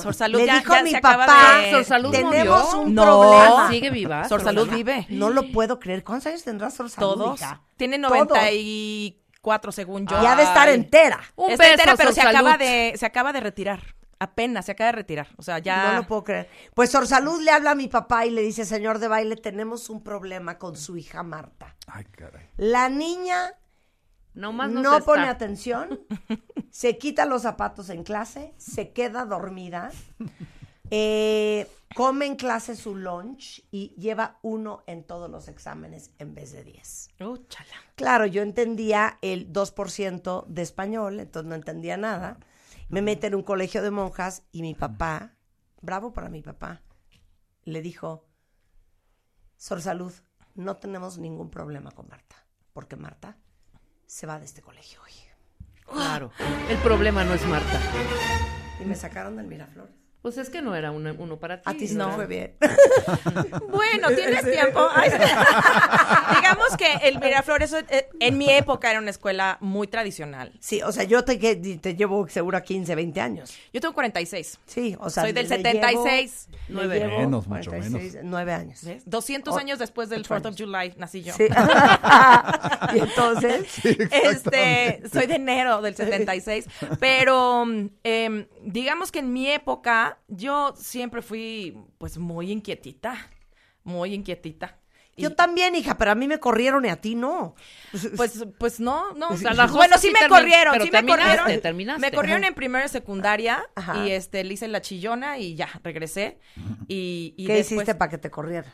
Sor Salud Le ya, dijo ya mi se acaba papá, de- Sor Salud tenemos murió. un No. problema. Sigue viva. Sor Salud Salama. vive. No lo puedo creer. ¿Cuántos años tendrá Sor Salud? Todos. hija? Tiene Todos. 94, según yo. Ya de estar Ay. entera. Un Está beso, entera, pero Sor se acaba Salud. de se acaba de retirar. Apenas se acaba de retirar. O sea, ya No lo puedo creer. Pues Sor Salud le habla a mi papá y le dice, señor de baile, tenemos un problema con su hija Marta. Ay, caray. La niña No más no pone atención, se quita los zapatos en clase, se queda dormida, eh, come en clase su lunch y lleva uno en todos los exámenes en vez de diez. Uh, chala. Claro, yo entendía el 2% de español, entonces no entendía nada. Me mete en un colegio de monjas y mi papá, bravo para mi papá, le dijo, Sor Salud, no tenemos ningún problema con Marta, porque Marta se va de este colegio hoy. Claro. El problema no es Marta. Y me sacaron del Miraflores. Pues es que no era una- uno para ti. A ti sí no te fue bien. Bueno, tienes tiempo. Ay, sí. Digamos que el Miraflores eh, en mi época era una escuela muy tradicional. Sí, o sea, yo te, que- te llevo seguro a 15, 20 años. Yo tengo 46. Sí, o sea. Soy del le llevo- 76. le Nueve. llevo Menos, mucho menos. 9 años. ¿Ves? 200 Oh, años después del 4th of July nací yo. Sí. y entonces, Este, soy de enero del 76, pero mm, em, digamos que en mi época yo siempre fui pues muy inquietita, muy inquietita. Y, yo también, hija, pero a mí me corrieron y a ti no. pues pues no, no, O sea, la bueno, José sí sí me termi- corrieron, pero sí me terminaste, corrieron. terminaste. Me corrieron en primera y secundaria Ajá. y este le hice la chillona y ya, regresé y, y ¿Qué después- hiciste para que te corrieran?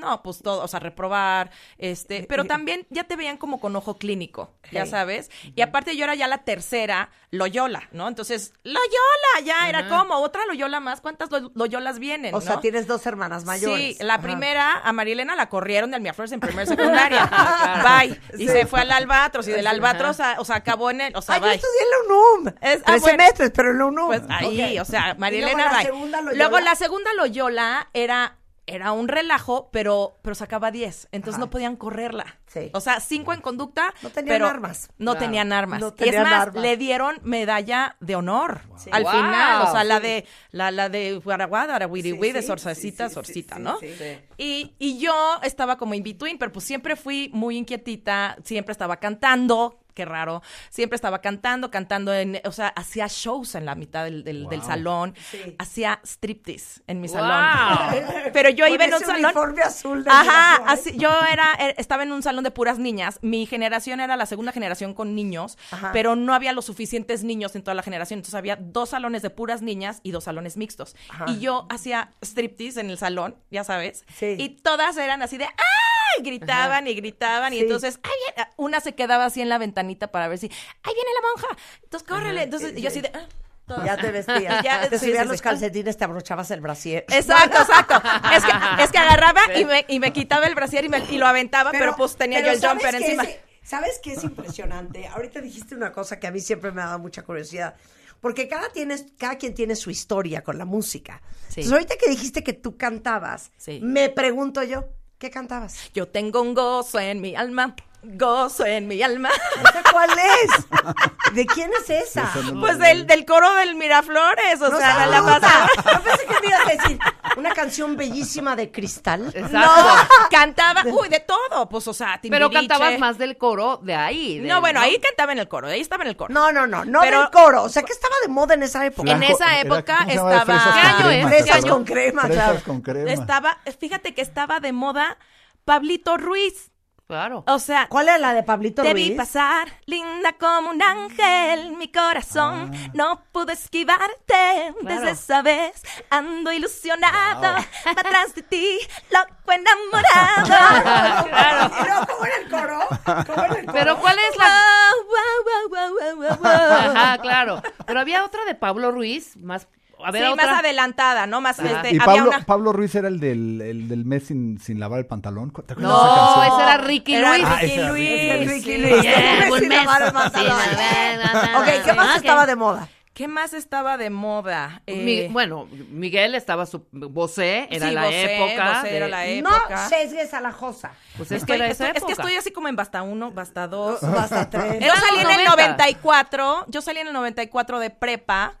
No, pues todo, o sea, reprobar, este, pero también ya te veían como con ojo clínico, Eh, ya Hey. sabes. Y aparte yo era ya la tercera Loyola, ¿no? Entonces, Loyola, ya era como otra Loyola más, ¿cuántas lo- Loyolas vienen? O sea, no? tienes dos hermanas mayores. Sí, la Ajá. primera, a Marilena la corrieron del Miaflores en primer secundaria. Bye. Y se fue al Albatros y del Albatros, a- o sea, acabó en el, o sea, Ay, yo bye. estudié en la UNUM. Es- ah, Tres bueno. semestres, pero en la UNUM. Pues ahí, Ok. o sea, Y Marilena luego la bye. segunda Loyola. Luego la segunda Loyola era era un relajo, pero pero sacaba 10, entonces Ajá. no podían correrla. Sí. O sea, cinco en conducta, No tenían pero armas. No Claro. tenían armas. No y es tenían más, armas. le dieron medalla de honor Sí. al Wow. final, o sea, la Sí. de la la de Guaraguada, Arahuirihui, Sí, de sí, Sorcecita, sí, sí, Sorcita, sí, ¿no? sí, sí. Y, y yo estaba como in between, pero pues siempre fui muy inquietita, siempre estaba cantando, qué raro, siempre estaba cantando, cantando en, o sea, hacía shows en la mitad del, del- del salón, Sí. hacía striptease en mi Wow. salón. Pero yo Con iba en un ese salón. uniforme azul de Ajá, Miraflores. así, yo era, eh, estaba en un salón de puras niñas. Mi generación era la segunda generación con niños, Ajá. pero no había los suficientes niños en toda la generación. Entonces había dos salones de puras niñas y dos salones mixtos. Ajá. Y yo hacía striptease en el salón, ya sabes. Sí. Y todas eran así de ¡ay! Gritaban y gritaban. Y Sí. entonces, ¡ay! viene! Una se quedaba así en la ventanita para ver si ¡ay! Viene la monja. Entonces, córrele. Entonces, yo así de "Ah", todas. Ya te vestías. Ya, te sí, subías sí, los sí. calcetines, te abrochabas el brasier. Exacto, exacto. Es que, es que agarraba y, me, y me quitaba el brasier y, me, y lo aventaba, pero, pues tenía pero yo el ¿sabes jumper qué encima. es- ¿Sabes qué es impresionante? Ahorita dijiste una cosa que a mí siempre me ha dado mucha curiosidad. Porque cada, tienes, cada quien tiene su historia con la música. Sí. Entonces, ahorita que dijiste que tú cantabas, Sí. me pregunto yo, ¿qué cantabas? Yo tengo un gozo en mi alma, gozo en mi alma. ¿Esa ¿Cuál es? ¿De quién es esa? Esa no- Pues del, del coro del Miraflores, o No sea, sabes la una. pasaba. Yo pensé que me ibas a decir una canción bellísima de cristal. Exacto. Cantaba, uy, de todo, pues, o sea, Pero Timbiriche. cantabas más del coro de ahí. del- No, bueno, ahí cantaba en el coro, ahí estaba en el coro. No, no, no, no Pero- del coro. O sea, que estaba de moda en esa época. En esa Era- época ¿cómo se llamaba? estaba- Fresas ¿Qué con año es? crema, ¿te Fresas acuerdas? con crema, claro. Fresas con crema. Estaba, fíjate que estaba de moda Pablito Ruiz. Claro. Oh, O sea, ¿Cuál era la de Pablito Te Ruiz? vi pasar, linda como un ángel, mi corazón Ah. no pudo esquivarte. Desde esa vez ando ilusionado, va atrás de ti, loco enamorado. Claro. Y luego, ¿cómo era el coro? ¿Cómo era el coro? Pero ¿cuál es la...? Wow, wow, wow, wow, wow, oh, wow. Ajá, claro. Pero había otra de Pablo Ruiz, más... A ver, Sí, otra. más adelantada, ¿no? Más Ajá. este, Y había Pablo, una. Pablo Ruiz era el del, el del mes sin, sin lavar el pantalón. ¿Te acuerdas de esa No, canción? ese era Ricky Era Luis. Ah, Ricky ese era Luis. Este, Ricky Es sí. eh, Ricky Luis. Yeah, Tengo que buen decir la mes. vara más Sí, alada. la- Ok, ¿qué más Ok. estaba de moda? ¿Qué más estaba de moda? Eh, Pues Mi- bueno, Miguel estaba su Bosé, era sí, la Bosé, época. Bosé era de- la época. No sesgues a la josa. Pues es que Eh, estoy- era esa estoy- es que época. estoy así como en basta uno, basta dos, Basta tres. Yo Eran los salí en el 90. 94, yo salí en el 94 de prepa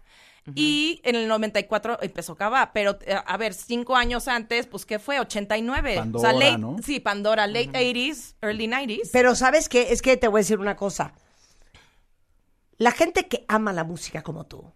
y en el 94 empezó Cava, pero eh, a ver, cinco años antes, pues ¿qué fue? 89. o sea, Pandora, late, ¿no? Sí, Pandora, late 80s, early 90s. Pero ¿sabes qué? Es que te voy a decir una cosa. La gente que ama la música como tú,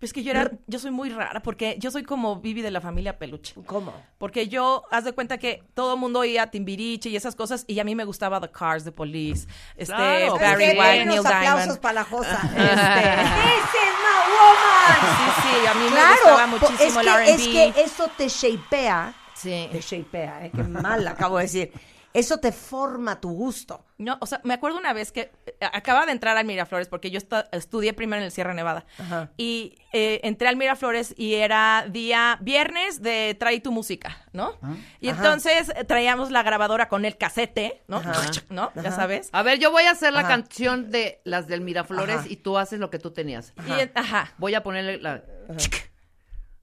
Pues que yo era, yo soy muy rara porque yo soy como Vivi de la familia Peluche. ¿cómo? Porque yo, haz de cuenta que todo el mundo oía Timbiriche y esas cosas, y a mí me gustaba The Cars, The Police, este, Claro, pues, Barry sí. White, Neil unos aplausos Diamond. para la josa. Este, This is my woman. Sí, sí, a mí me gustaba Claro, po- es muchísimo el que, R&B. es que eso te shapea, Sí. te shapea, eh, qué mal acabo de decir. Eso te forma tu gusto. No, o sea, me acuerdo una vez que eh, acaba de entrar al Miraflores porque yo esta- estudié primero en el Sierra Nevada. Ajá. Y eh, entré al Miraflores y era día viernes de Trae tu música, ¿no? Y Ah, Ajá. entonces eh, traíamos la grabadora con el casete, ¿no? ¿No? Ya sabes. A ver, yo voy a hacer la Ajá. canción de las del Miraflores Ajá. ah. y tú haces lo que tú tenías. Y en- ajá. Voy a ponerle la...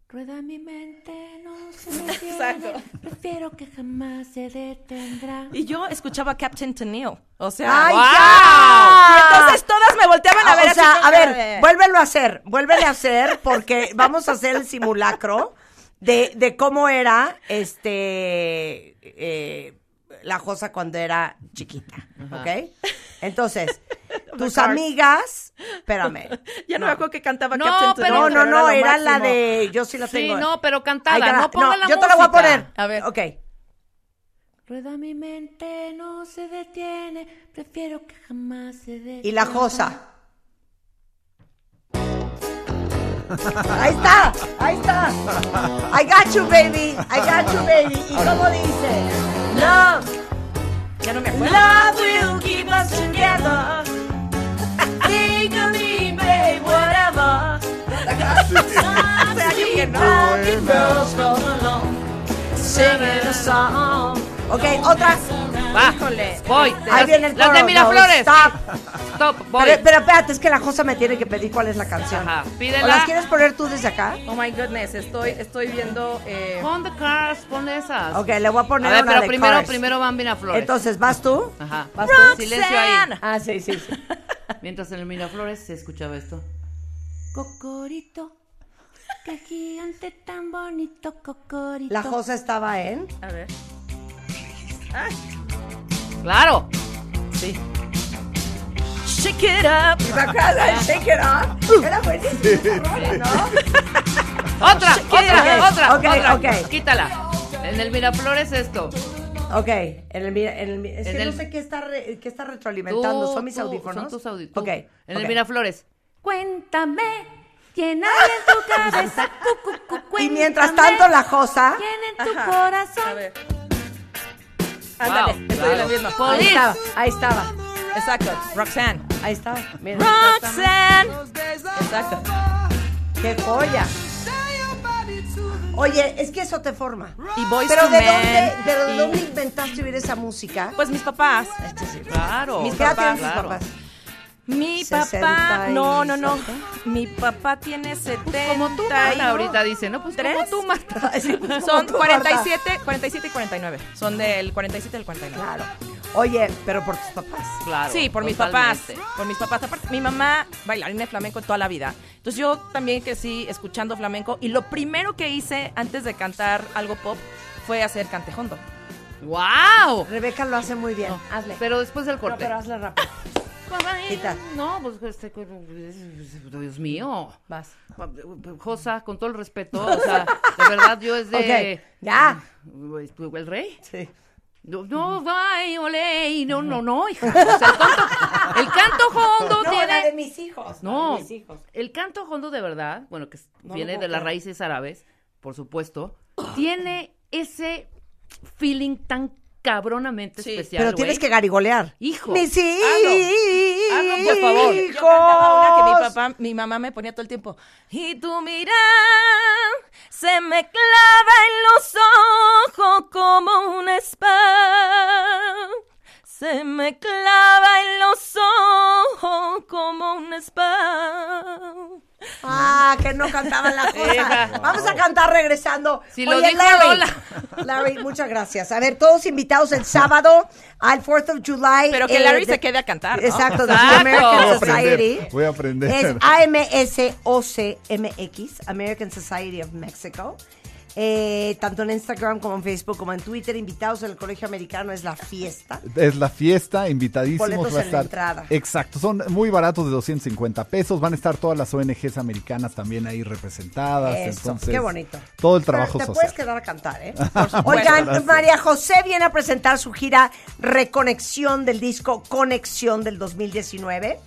Rueda mi mente, no se detiene. Prefiero que jamás se detendrá. Y yo escuchaba Captain Tennille. O sea, ¡Ay, ¡guau! ya! Y entonces todas me volteaban a Ah, ver o así sea, con a cara ver, de- vuélvelo a hacer, vuélvele a hacer, porque vamos a hacer el simulacro de, de cómo era este eh, la Josa cuando era chiquita, ¿ok? Entonces, tus Cars. amigas, espérame. Ya no, me acuerdo que cantaba No, Captain Tennille. pero- No, no, no, lo era la máximo. de, yo sí la Sí, tengo. no, pero Ahí te cantada, la- no ponga la yo te la voy a música. poner. A ver. Ok. Rueda mi mente, no se detiene. Prefiero que jamás se detiene. Y la Josa. Ahí está, ahí está. I got you, baby. I got you, baby. ¿Y cómo dice? Love. Ya no me acuerdo. Love will keep us together. Think of me, babe, whatever. O sea, yo que no. Rocking girls go along, singing a song. Ok, otra. Va, Híjole. voy. Ahí viene el Las coro. de No, Miraflores. stop. Stop, voy. Pero, pero espérate, es que la Josa me tiene que pedir cuál es la canción. Ajá, pídela. ¿O las quieres poner tú desde acá? Oh my goodness, estoy, estoy viendo. Eh, Pon the cars, pon esas. Ok, le voy a A poner ver, una pero de primero, Cars. primero van Miraflores. Entonces, ¿vas tú? Ajá. Roxanne. Silencio ahí. Ah, sí, sí, sí. Mientras en el Miraflores se escuchaba esto. Cocorito. Qué gigante tan bonito, Cocorito. La Josa estaba en... A ver. ¡Claro! Sí. Shake it up. ¿Te acuerdas de Shake It Off? Era buenísima esa rola, ¿no? ¡Otra! ¡Otra! ok, ¡Otra! ok, ¡Otra! ok. Quítala. En el Miraflores esto. Ok, en el, mi- en el mi- es En que no el- sé qué está, re- qué está Tú, retroalimentando. ¿Son mis tú, audífonos? Son tus audífonos. Ok. En el ok. Miraflores. Cuéntame, llénale en tu cabeza, cu, cu, cu, Y mientras cuéntame, tanto, la Josa... ¿Quién en tu Ajá. A corazón? ver. Ándale, Wow, estoy en la claro. misma. Ahí Police. estaba, ahí estaba, Exacto. Roxanne. ahí estaba. Mira, Roxanne. Exacto. ¡Qué joya! Oye, es que eso te forma. Y Boyz Pero II ¿de dónde, Men, pero ¿de y- dónde inventaste oír esa música? Pues mis papás. Claro. Mis ¿Qué edad tienen tus claro. papás? Mi 60 papá. y No, no, no. something. Mi papá tiene 70. Como tú, y- Marta, ahorita dice, ¿no? Pues ¿Tres? como tú, Marta. Sí, pues, Son como tú, Marta. 47, 47 y 49. Son del 47 al 49. Claro. Oye, pero por tus papás. Claro. Sí, por mis totalmente. papás. Por mis papás. Aparte, mi mamá bailarina de flamenco toda la vida. Entonces yo también crecí escuchando flamenco y lo primero que hice antes de cantar algo pop fue hacer cantejondo. ¡Wow! Rebeca lo hace muy bien. hazle. Pero después del corte. pero hazle rápido. Quita. No, pues este, Dios mío. Vas. Josa, con todo el respeto, o sea, de verdad yo es de Ok, ya. el rey. Sí. No, no, ay, ole, y no, no, no, hija. O sea, el, canto, el canto hondo No, la de tiene. mis hijos. la No, de mis hijos. el canto hondo de verdad, bueno, que es- No lo viene puedo de las creer. raíces árabes, por supuesto, tiene ese feeling tan cabronamente Sí. especial. Pero tienes güey. que garigolear. Hijo, Mis hijos. hazlo, hazlo, por favor. Yo Yo cantaba una que mi papá, mi mamá me ponía todo el tiempo. Y tu mirar se me clava en los ojos como una espada. Se me clava en los ojos como una espada. Ah, que no cantaba la cosa. Hija. Vamos a cantar regresando. Si lo dijo Lola. Larry, muchas gracias. A ver, todos invitados el sábado al 4th of July. Pero que eh, Larry de- se quede a cantar. ¿no? Exacto, de Exacto. Voy a American Society. aprender. Voy a aprender. Es AMSOCMX, American Society of Mexico. Eh, tanto en Instagram como en Facebook como en Twitter, invitados en el Colegio Americano es la fiesta. Es la fiesta, invitadísimos. Boletos va en la a estar. entrada. Exacto, son muy baratos de 250 pesos. Van a estar todas las ONGs americanas también ahí representadas. Eso, entonces, qué bonito. Todo el trabajo Pero te social. puedes quedar a cantar, ¿eh? supuesto. Oigan, Gracias. María José viene a presentar su gira Reconexión del disco Conexión del 2019.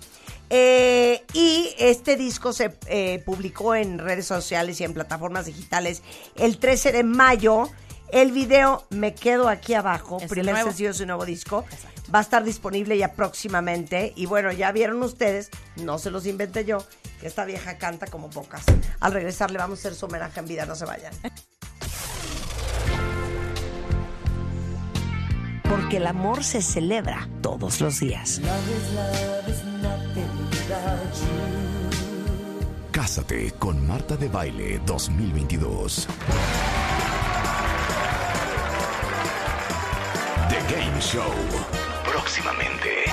Eh, y este disco se eh, publicó en redes sociales y en plataformas digitales el 13 de mayo. El video Me Quedo Aquí Abajo, Es el primer nuevo. sencillo de su nuevo disco, Exacto. va a estar disponible ya próximamente. Y bueno, ya vieron ustedes, no se los inventé yo, que esta vieja canta como pocas. Al regresar le vamos a hacer su homenaje en vida, no se vayan. Porque el amor se celebra todos los días. Cásate con Marta de Baile 2022. The Game Show. Próximamente.